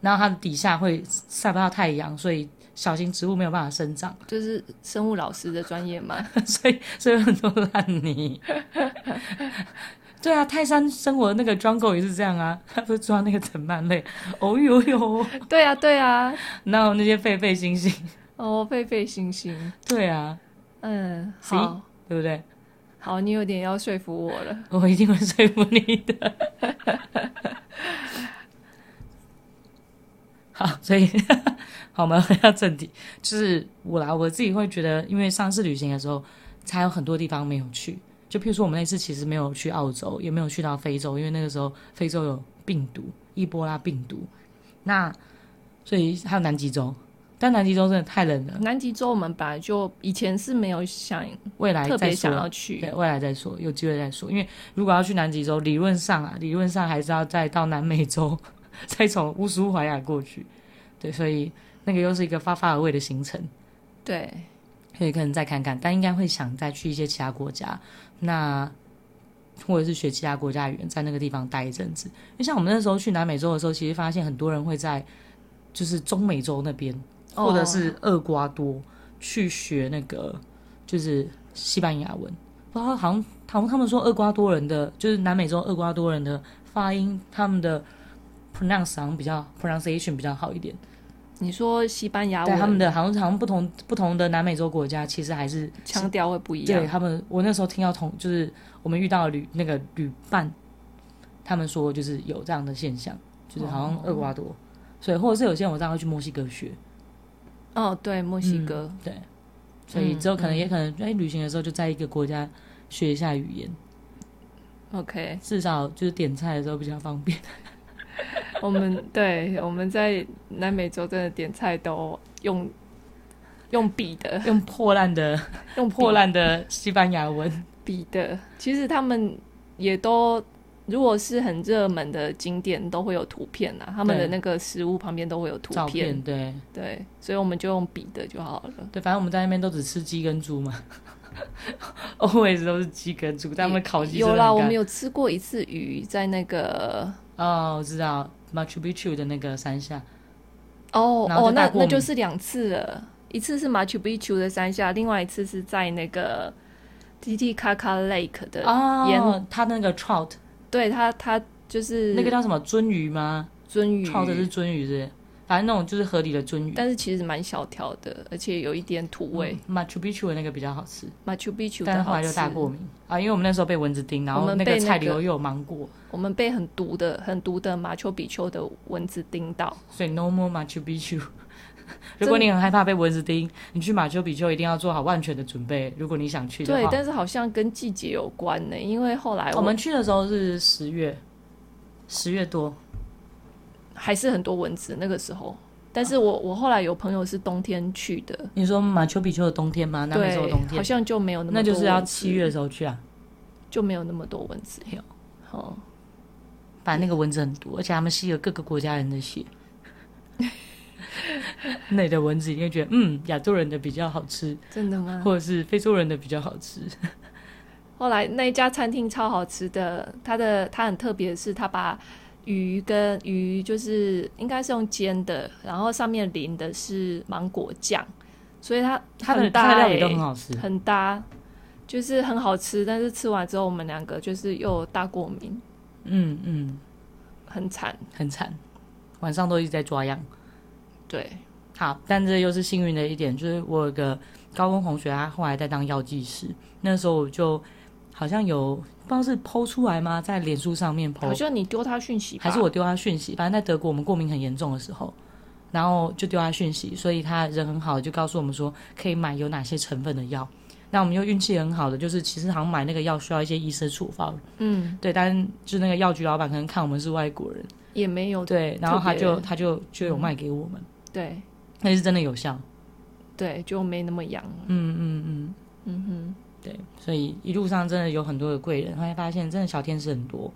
然后它的底下会晒不到太阳，所以小型植物没有办法生长。
哼就是生物老师的专业嘛。
所以所以有很多烂泥。 对啊，泰山生活的那个 jungle 也是这样啊，他不是抓那个藤蔓类，哦呦呦，
对啊，对啊，
哪有那些狒狒猩猩？
哦，狒狒猩猩，
对啊，
嗯，
See？
好
对不对？
好，你有点要说服我了。
我一定会说服你的。好，所以好，我们回到正题，就是我啦，我自己会觉得，因为上次旅行的时候，还有很多地方没有去，就譬如说我们那次其实没有去澳洲，也没有去到非洲，因为那个时候非洲有病毒，伊波拉病毒，那所以还有南极洲，但南极洲真的太冷了，
南极洲我们本来就以前是没有想
未来
特
再
别
说
想
啊
要去，
对，未来再说，有机会再说。因为如果要去南极洲，理论上啊，理论上还是要再到南美洲， 再从乌苏怀亚过去。对，所以那个又是一个发发而未的行程，
对，
所以可能再看看，但应该会想再去一些其他国家，那或者是学其他国家语言，在那个地方待一阵子。因为像我们那时候去南美洲的时候，其实发现很多人会在就是中美洲那边，或者
哦
是厄瓜多去学那个就是西班牙文。不知道好像好像他们说厄瓜多人的就是南美洲厄瓜多人的发音，他们的 pronounce 好像比较 pronunciation 比较好一点。
你说西班牙
对他们
文
的好像好像不同不同的南美洲国家，其实还是
腔调会不一样
对。他们，我那时候听到同就是我们遇到的旅那个旅伴，他们说就是有这样的现象，就是好像厄瓜多，所以或者是有些人我知道会去墨西哥学，
哦，对，墨西哥，
对，所
嗯
以之后可能也可能哎、旅行的时候就在一个国家学一下语言，嗯
OK，
至少就是点菜的时候比较方便。
我们对我们在南美洲真的点菜都用用笔的，
用破烂的
用
破
笔
烂的西班牙文，
笔的。其实他们也都，如果是很热门的景点，都会有图片啊，他们
对
的那个食物旁边都会有图
照
片。
片对
对，所以我们就用笔的就好了。
对，反正我们在那边都只吃鸡跟猪嘛， always 都是鸡跟猪，但他们烤鸡
有
真的
啦，
很
我们
干
有吃过一次鱼，在那个
哦，我知道 Machu Picchu 的那个山下，
哦
然后就
哦，
带
那那
过我们
就是两次了，一次是马丘比丘的山下，另外一次是在那个 Titicaca Lake 的，
哦
呃盐，
他那个 trout
对他他就是
那个叫什么鳟鱼吗
鳟鱼，
？trout 是鳟鱼是不是，反正那种就是河里的鳟鱼。
但是其实蛮小条的，而且有一点土味。
嗯 Machu Picchu 的那个比较好吃，
马丘比丘
但
的
是后
好
来就
吃，
大过敏啊，因为我们那时候被蚊子叮，然
我
后
们
那个
被那
菜
个
里头又有芒果，
我们被很毒的、很毒的马丘比丘的蚊子叮到。
所以 no more Machu Picchu。如果你很害怕被蚊子叮，你去马丘比丘一定要做好万全的准备。如果你想去的
对
话，，
但是好像跟季节有关呢、因为后来
我们去的时候是十月，十月多，
还是很多蚊子那个时候。但
啊
是我我后来有朋友是冬天去的，
你说马丘比丘的冬天吗？那边
对
时候冬，
好
天，
像就没有那么
那就是
多
要
蚊子
七月的时候去啊。
就没有那么多蚊子了。哦，
反正那个蚊子很毒，而且他们吸了各个国家人 的血。那里的蚊子一定会觉得，嗯，亚洲人的比较好吃，
真的 吗？
或者是非洲人的比较好吃。
后来那一家餐厅超好吃的，它的它很特别，是它把鱼跟鱼就是应该是用煎的，然后上面淋的是芒果酱，所以它
它的
很
它
搭、
的料
欸，
理都很好吃。
很搭，就是很好吃。但是吃完之后，我们两个就是又大过敏，
嗯嗯，
很惨。
很惨，晚上都一直在抓痒。
对，
好，但这又是幸运的一点，就是我有个高中同学，他后来在当药剂师，那时候我就好像有不知道是剖出来吗，在脸书上面
好
剖，
像你丢他讯息吧，
哦还是我丢他讯息，反正在德国我们过敏很严重的时候，然后就丢他讯息，所以他人很好，就告诉我们说可以买有哪些成分的药。那我们又运气很好的，就是其实好像买那个药需要一些医生处方，
嗯
对，但是就那个药局老板可能看我们是外国人，
也没有
对，然后他
特
就
别嗯
他就就有卖给我们，
对
那是真的有效。
对，就没那么痒了。
嗯嗯嗯，
嗯哼，
对，所以一路上真的有很多的贵人，后来发现真的小天使很多，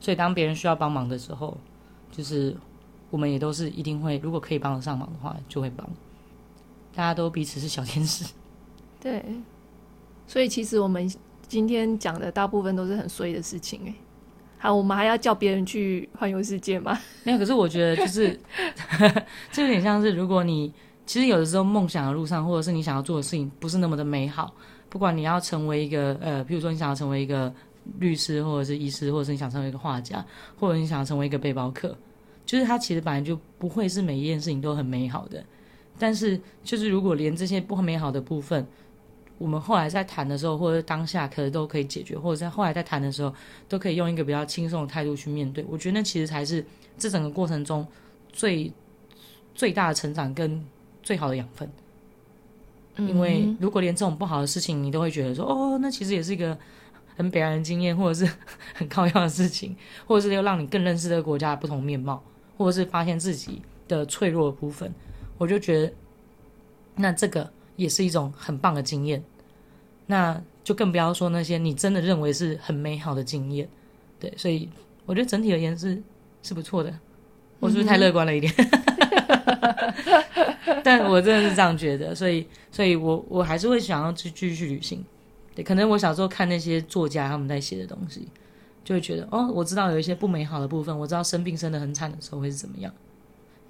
所以当别人需要帮忙的时候，就是我们也都是一定会，如果可以帮得上忙的话，就会帮。大家都彼此是小天使，
对。所以其实我们今天讲的大部分都是很衰的事情哎、好，我们还要叫别人去环游世界吗？
没有。可是我觉得就是， 这有点像是如果你其实有的时候梦想的路上，或者是你想要做的事情不是那么的美好，不管你要成为一个呃，比如说你想要成为一个律师，或者是医师，或者是你想成为一个画家，或者你想要成为一个背包客，就是它其实本来就不会是每一件事情都很美好的。但是就是如果连这些不美好的部分，我们后来在谈的时候，或者当下可能都可以解决，或者在后来在谈的时候，都可以用一个比较轻松的态度去面对。我觉得那其实才是这整个过程中最最大的成长跟最好的养分。因为
嗯
如果连这种不好的事情你都会觉得说，哦，那其实也是一个很北然的经验，或者是 很靠样的事情，或者是又让你更认识这个国家的不同面貌，或者是发现自己的脆弱的部分，我就觉得，那这个也是一种很棒的经验。那就更不要说那些你真的认为是很美好的经验，对，所以我觉得整体而言是是不错的。我是不是太乐观了一点？ 但我真的是这样觉得，所以所以我我还是会想要去继续旅行。对，可能我小时候看那些作家他们在写的东西，就会觉得哦，我知道有一些不美好的部分，我知道生病生的很惨的时候会是怎么样。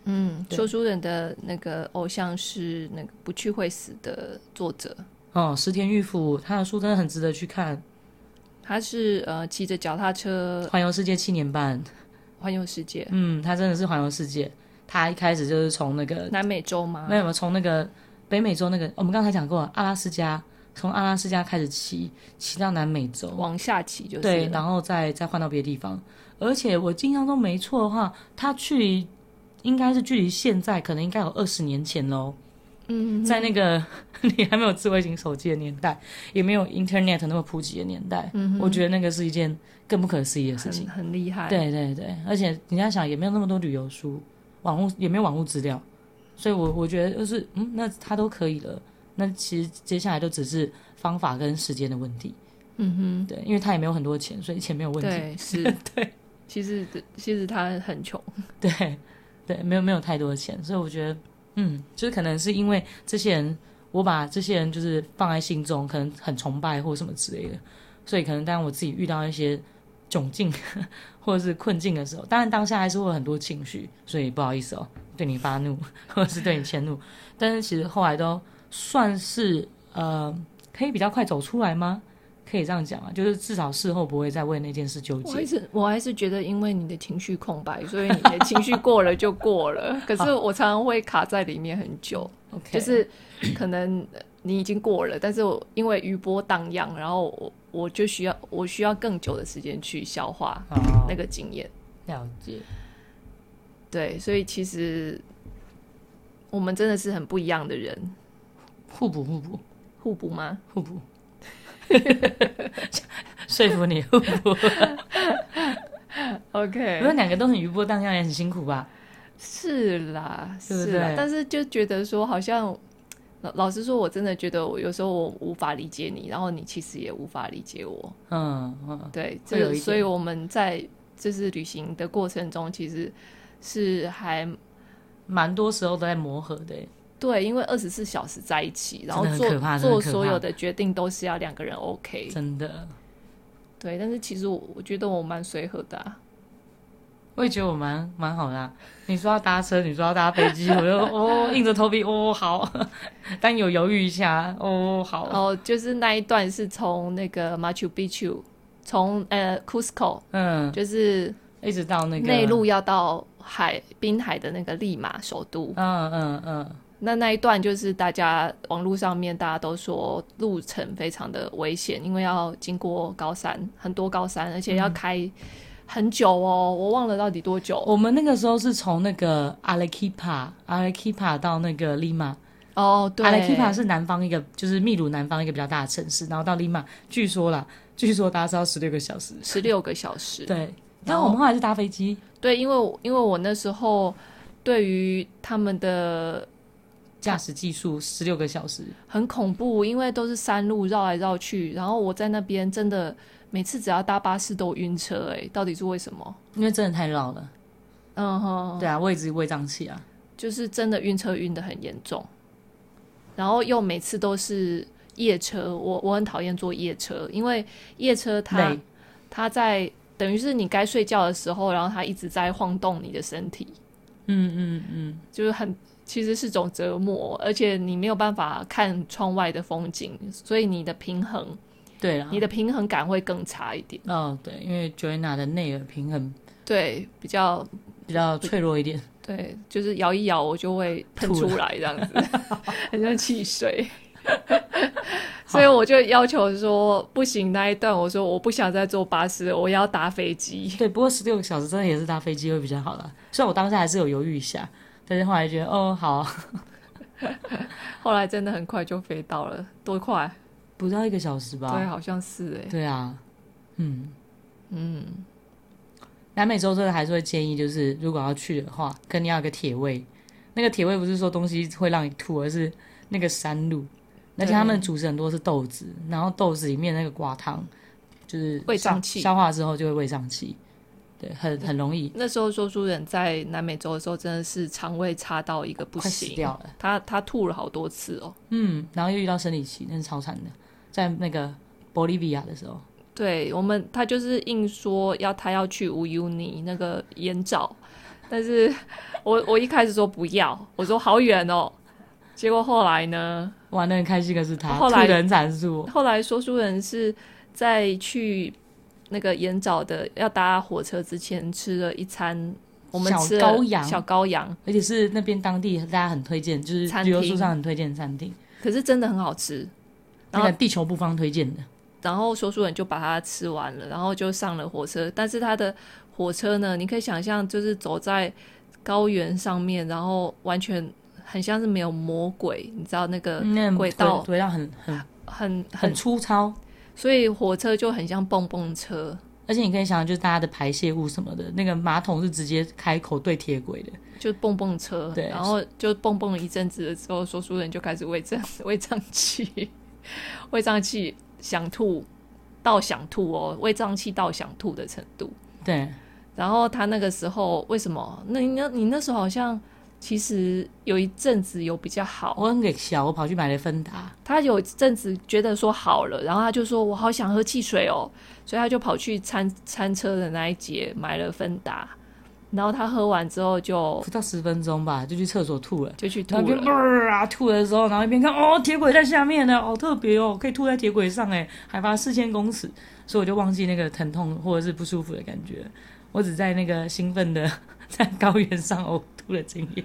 嗯，
对
说书人的那个偶像是那个不去会死的作者，
哦，石田裕夫他的书真的很值得去看，
他是呃骑着脚踏车
《环游世界七年半》。
环游世界，
嗯，他真的是环游世界。他一开始就是从那个
南美洲吗
没？有没有从那个北美洲那个，我们刚才讲过阿拉斯加，从阿拉斯加开始骑，骑到南美洲。
往下骑就是
对，
了
然后再再换到别的地方。而且我印象中没错的话，它距离应该是距离现在可能应该有二十年前喽，
嗯，
在那个 你还没有智慧型手机的年代，也没有 Internet 那么普及的年代，
嗯哼
我觉得那个是一件更不可思议的事
很
情。
很厉害，，
对对对，而且你要想，也没有那么多旅游书，网络也没有网络资料，所以我我觉得就是，嗯，那他都可以了。那其实接下来就只是方法跟时间的问题，
嗯
对，因为他也没有很多钱，所以钱没有
哼，
问题。
对，是， 对，其实其实他很穷，
对对，没有没有太多的钱，所以我觉得，嗯，就是可能是因为这些人我把这些人就是放在心中，可能很崇拜或什么之类的。所以可能当我自己遇到一些窘境或者是困境的时候，当然当下还是会有很多情绪，所以不好意思哦，对你发怒或者是对你迁怒，但是其实后来都算是呃，可以比较快走出来吗？可以这样讲啊，就是至少事后不会再为那件事纠
我
结
还。是我还是觉得，因为你的情绪空白，所以你的情绪过了就过了。可是我常常会卡在里面很久，
OK，
就是可能呃你已经过了，但是我因为余波荡漾，然后我我就需要我需要更久的时间去消化
哦
那个经验。
了解，
对，所以其实我们真的是很不一样的人，
互补互补
互补吗？
互补， 说服你互补。因
OK，
为两个都很余波荡漾，也很辛苦吧？
是啦，
对不
是啦
对，
但是就觉得说，好像老老实说，我真的觉得我有时候我无法理解你，然后你其实也无法理解我，
嗯嗯，
对，
会有
这
一点
所以我们在就是旅行的过程中，其实是还
蛮多时候都在磨合的欸。
对，因为二十四小时在一起，然后
真的很可怕
做
真
做
的很可
所
怕
有的决定都是要两个人 OK，
真的，
对，但是其实我我觉得我蛮随和的、啊。
我也觉得我蛮蛮好的啊、你说要搭车，你说要搭飞机，我就 哦硬着头皮哦好， 但有犹豫一下哦好，
哦，就是那一段是从那个 Machu Picchu，从呃 Cusco，
嗯，
就是
一直到那个
内陆，要到海滨海的那个利马首都。
嗯嗯嗯，
那那一段就是大家网络上面大家都说路程非常的危险，因为要经过高山，很多高山，而且
嗯
要开很久哦，我忘了到底多久
我们那个时候是从那个 Arequipa Arequipa 到那个 Lima。
哦。对
阿雷 k i p a 是南方一个，就是秘鲁南方一个比较大的城市，然后到利马，据说啦，据说搭车要十六个小时。
十六个小时。
对，
然
但
后
我们后来是搭飞机，
对，因为我因为我那时候对于他们的
驾驶技术十六个小时，
很恐怖，因为都是山路绕来绕去，然后我在那边真的每次只要搭巴士都晕车、欸，到底是为什么？
因为真的太绕了。
嗯哼，
对啊，我也只是胃胀气啊。
就是真的晕车晕的很严重，然后又每次都是夜车，我我很讨厌坐夜车，因为夜车它
累
它在等于是你该睡觉的时候，然后它一直在晃动你的身体，
嗯嗯嗯，
就是很其实是种折磨，而且你没有办法看窗外的风景，所以你的平衡
对啊
你。的平衡感会更差一点，
哦，对，因为 Joanna 的内耳平衡
对，比较
比较脆弱一点。
对，就是摇一摇我就会喷
吐
出来这样子， 很像汽 水。所以我就要求说，不行那一段，我说我不想再坐巴士了，我要搭飞机。
对，不过十六个小时真的也是搭飞机会比较好啦。虽然我当下还是有犹豫一下，但是后来觉得哦好，
后来真的很快就飞到了，多快？
不到一个小时吧。
对，好像是哎、
对啊，嗯嗯，南美洲真的还是会建议，就是如果要去的话，肯定要有个铁胃。那个铁胃不是说东西会让你吐，而是那个山路，而且他们主食很多是豆子，然后豆子里面那个挂汤，就是
胃胀
消
气
消化之后就会胃胀气，对，很很容易
那时候说书人在南美洲的时候，真的是肠胃差到一个不
快死
行，
掉了。
他他吐了好多次哦。
嗯，然后又遇到生理期，那是超惨的，在那个玻利维亚的时候，
对我们，他就是硬说要他要去无尤尼那个盐沼，但是我我一开始说不要，我说好远哦，结果后来呢，
玩的很开心的是他，
后
吐
来
的很惨是我。
后来说书人是在去那个盐沼的要搭火车之前吃了一餐，我们
小
吃了
羔羊
小羔羊，
而且是那边当地大家很推荐，就是
餐
旅
厅
游书上很推荐的餐厅，
可是真的很好吃，然
那
后
个地球部方推荐的，
然后说书人就把它吃完了，然后就上了火车。但是他的火车呢，你可以想象，就是走在高原上面，然后完全很像是没有魔鬼，你知道那个
那
呃轨道
轨道很很
很很
很，粗糙，
所以火车就很像蹦蹦车。
而且你可以想象，就是大家的排泄物什么的，那个马桶是直接开口对铁轨的，
就蹦蹦车，
对
然后就蹦蹦了一阵子了之后，说书人就开始胃胀胃胀气， 胃胀气想吐到想吐哦，胃胀气到想吐的程度。
对，
然后他那个时候为什么？那你那你那时候好像其实有一阵子有比较好，
我很给小，我跑去买了芬达，
他有一阵子觉得说好了，然后他就说我好想喝汽水哦，所以他就跑去餐餐车的那一节买了芬达，然后他喝完之后就
不到十分钟吧，就去厕所吐了。
就去哦吐
然后一边
了，
啊吐的时候，然后一边看哦，铁轨在下面呢，好特别哦，可以吐在铁轨上哎，海拔四千公尺，所以我就忘记那个疼痛或者是不舒服的感觉，我只在那个兴奋的在高原上呕吐的经验。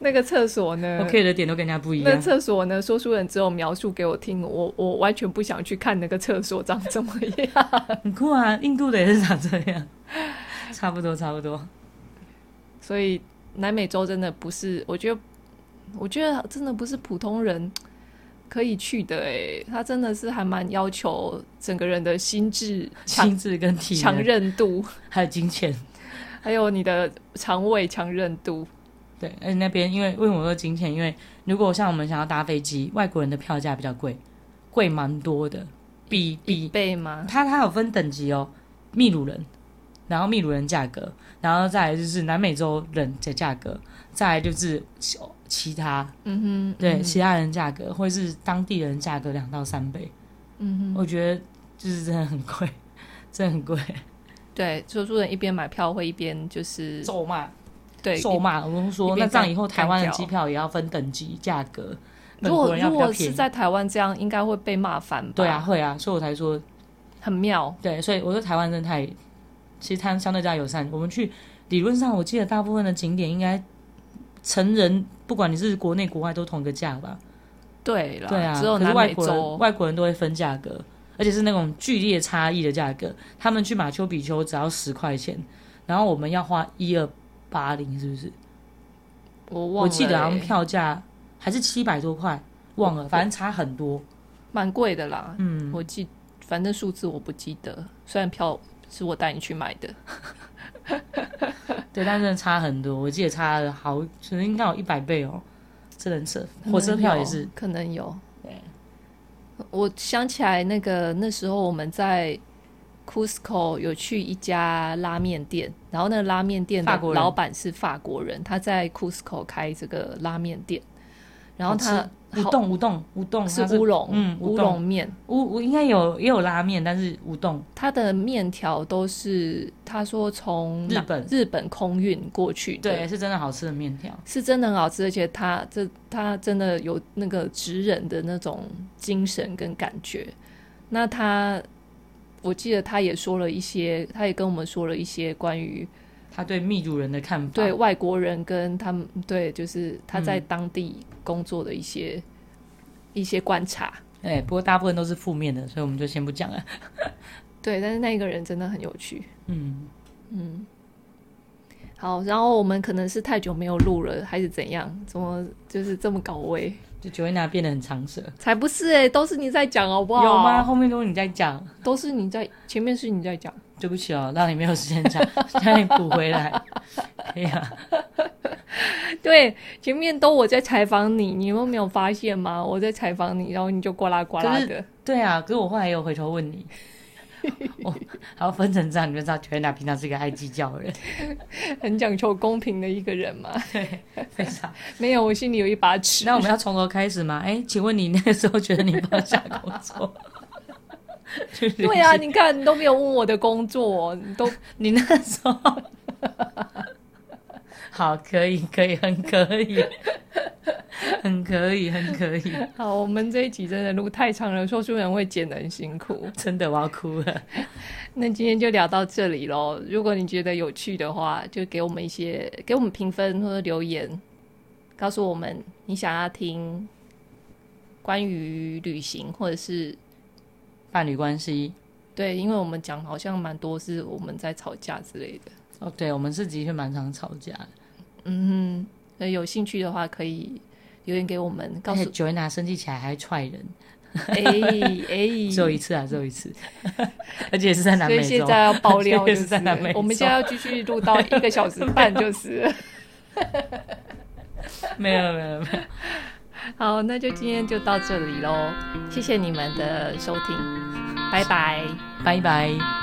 那个厕所呢
我 K 的点都跟人家不一
那
样，
厕所呢？说书人只有描述给我听，我我完全不想去看那个厕所长怎么样。
很酷啊，印度的也是长这 样，差不多差不多。
所以南美洲真的不是，我觉得，我觉得真的不是普通人可以去的诶、他真的是还蛮要求整个人的心智强
心智跟体
强
能，
韧度，
还有金钱。
还有你的肠胃强韧度。
对，而且那边因为为什么说金钱？因为如果像我们想要搭飞机，外国人的票价比较贵，贵蛮多的，比比
背吗？
它它有分等级哦，秘鲁人，然后秘鲁人价格，然后再来就是南美洲人的价格，再来就是其其他
嗯哼，
对、
嗯哼
其他人价格，或是当地人价格两到三倍，
嗯哼，
我觉得就是真的很贵， 真的很贵，
对，说书人一边买票会一边就是
咒骂
对
咒骂，我们
一
说那
边
这样
干
以后台湾的
干掉
机票也要分等级价格，
如
本国
果
人要
如
比较
果是
便宜。
在台湾这样，应该会被骂翻吧？
对啊，，会啊，所以我才说
很妙。
对，所以我说台湾真的太，其实它相对较友善。我们去理论上，我记得大部分的景点应该成人，不管你是国内国外，都同一个价吧。
对啦，
对啊，
只有
可是
南
外
美
国人
洲，
外国人都会分价格，而且是那种剧烈差异的价格。他们去马丘比丘只要十块钱，然后我们要花一二八零，是不是？
我忘了、欸
我记得好像票价还是七百多块，忘 了，反正差很多。
蛮贵的啦。
嗯，
我记，反正数字我不记得，虽然票是我带你去买的。
对，但真的差很多，我记得差了好，可能应该有一百倍哦，真的很扯。嗯火车票也是，
可能有。对，我想起来那个那时候我们在 Cusco 有去一家拉面店，然后那个拉面店
法
的
国人
老板是法国人，他在 Cusco 开这个拉面店，然后他
好吃
好
乌冬，乌冬，乌冬，它
是乌龙，
嗯乌
乌
冬
龙面。
乌乌应该有也有拉面，但是乌冬
它的面条都是他说从
日
哪
本
日本空运过去的，
对，是真的好吃的面条。
是真的很好吃，而且它这它真的有那个职人的那种精神跟感觉。那他我记得他也说了一些，他也跟我们说了一些关于
他对秘鲁人的看法，
对外国人跟他们对就是他在当地工作的一些、一些观察。
哎，不过大部分都是负面的，所以我们就先不讲了。
对，但是那个人真的很有趣。
嗯，
好，然后我们可能是太久没有录了，还是怎样？怎么就是这么搞味？
就九维娜变得很长舌，
才不是哎、都是你在讲好不好？
有吗？？后面都是你在讲，
都是你在，前面是你在讲。
对不起哦，让你没有时间 讲，让你补回来。可以啊，
对，前面都我在采访你，你们没有发现吗？我在采访你，然后你就呱啦呱啦的。
对啊，可是我后来也有回头 问你。我还要分成这样，你就知道九维娜平常是一个爱计较的人，
很讲求公平的一个人嘛。
非常。
没有，我心里有一把尺。
那我们要从头开始吗？哎、请问你那个时候觉得你放下工作？
对啊，你看你都没有问我的工作，你都
你那时候好，可以，可以，很可以，很可以，很可以，
好。我们这一集真的录太长了，说书人会剪得很辛苦。
真的我要哭了。
那今天就聊到这里喽。如果你觉得有趣的话，就给我们一些给我们评分或者留言，告诉我们你想要听关于旅行或者是
伴侣关系
对，因为我们讲好像蛮多是我们在吵架之类的。
哦，对，我们是的确蛮常吵架的。
嗯哼，所以有兴趣的话可以留言给我们，告
而
诉
且 Joanna 生气起来还踹人，
哎 哎，
只有一次啊，只有一次， 而且是在南
所
美
以
洲。
现在要爆 料
所以
就是是
在南美，洲
我们现在要继续录到一个 小时半就是了。
没有没有没有，
好，那就今天就到这里喽，谢谢你们的收听，拜拜。
拜拜。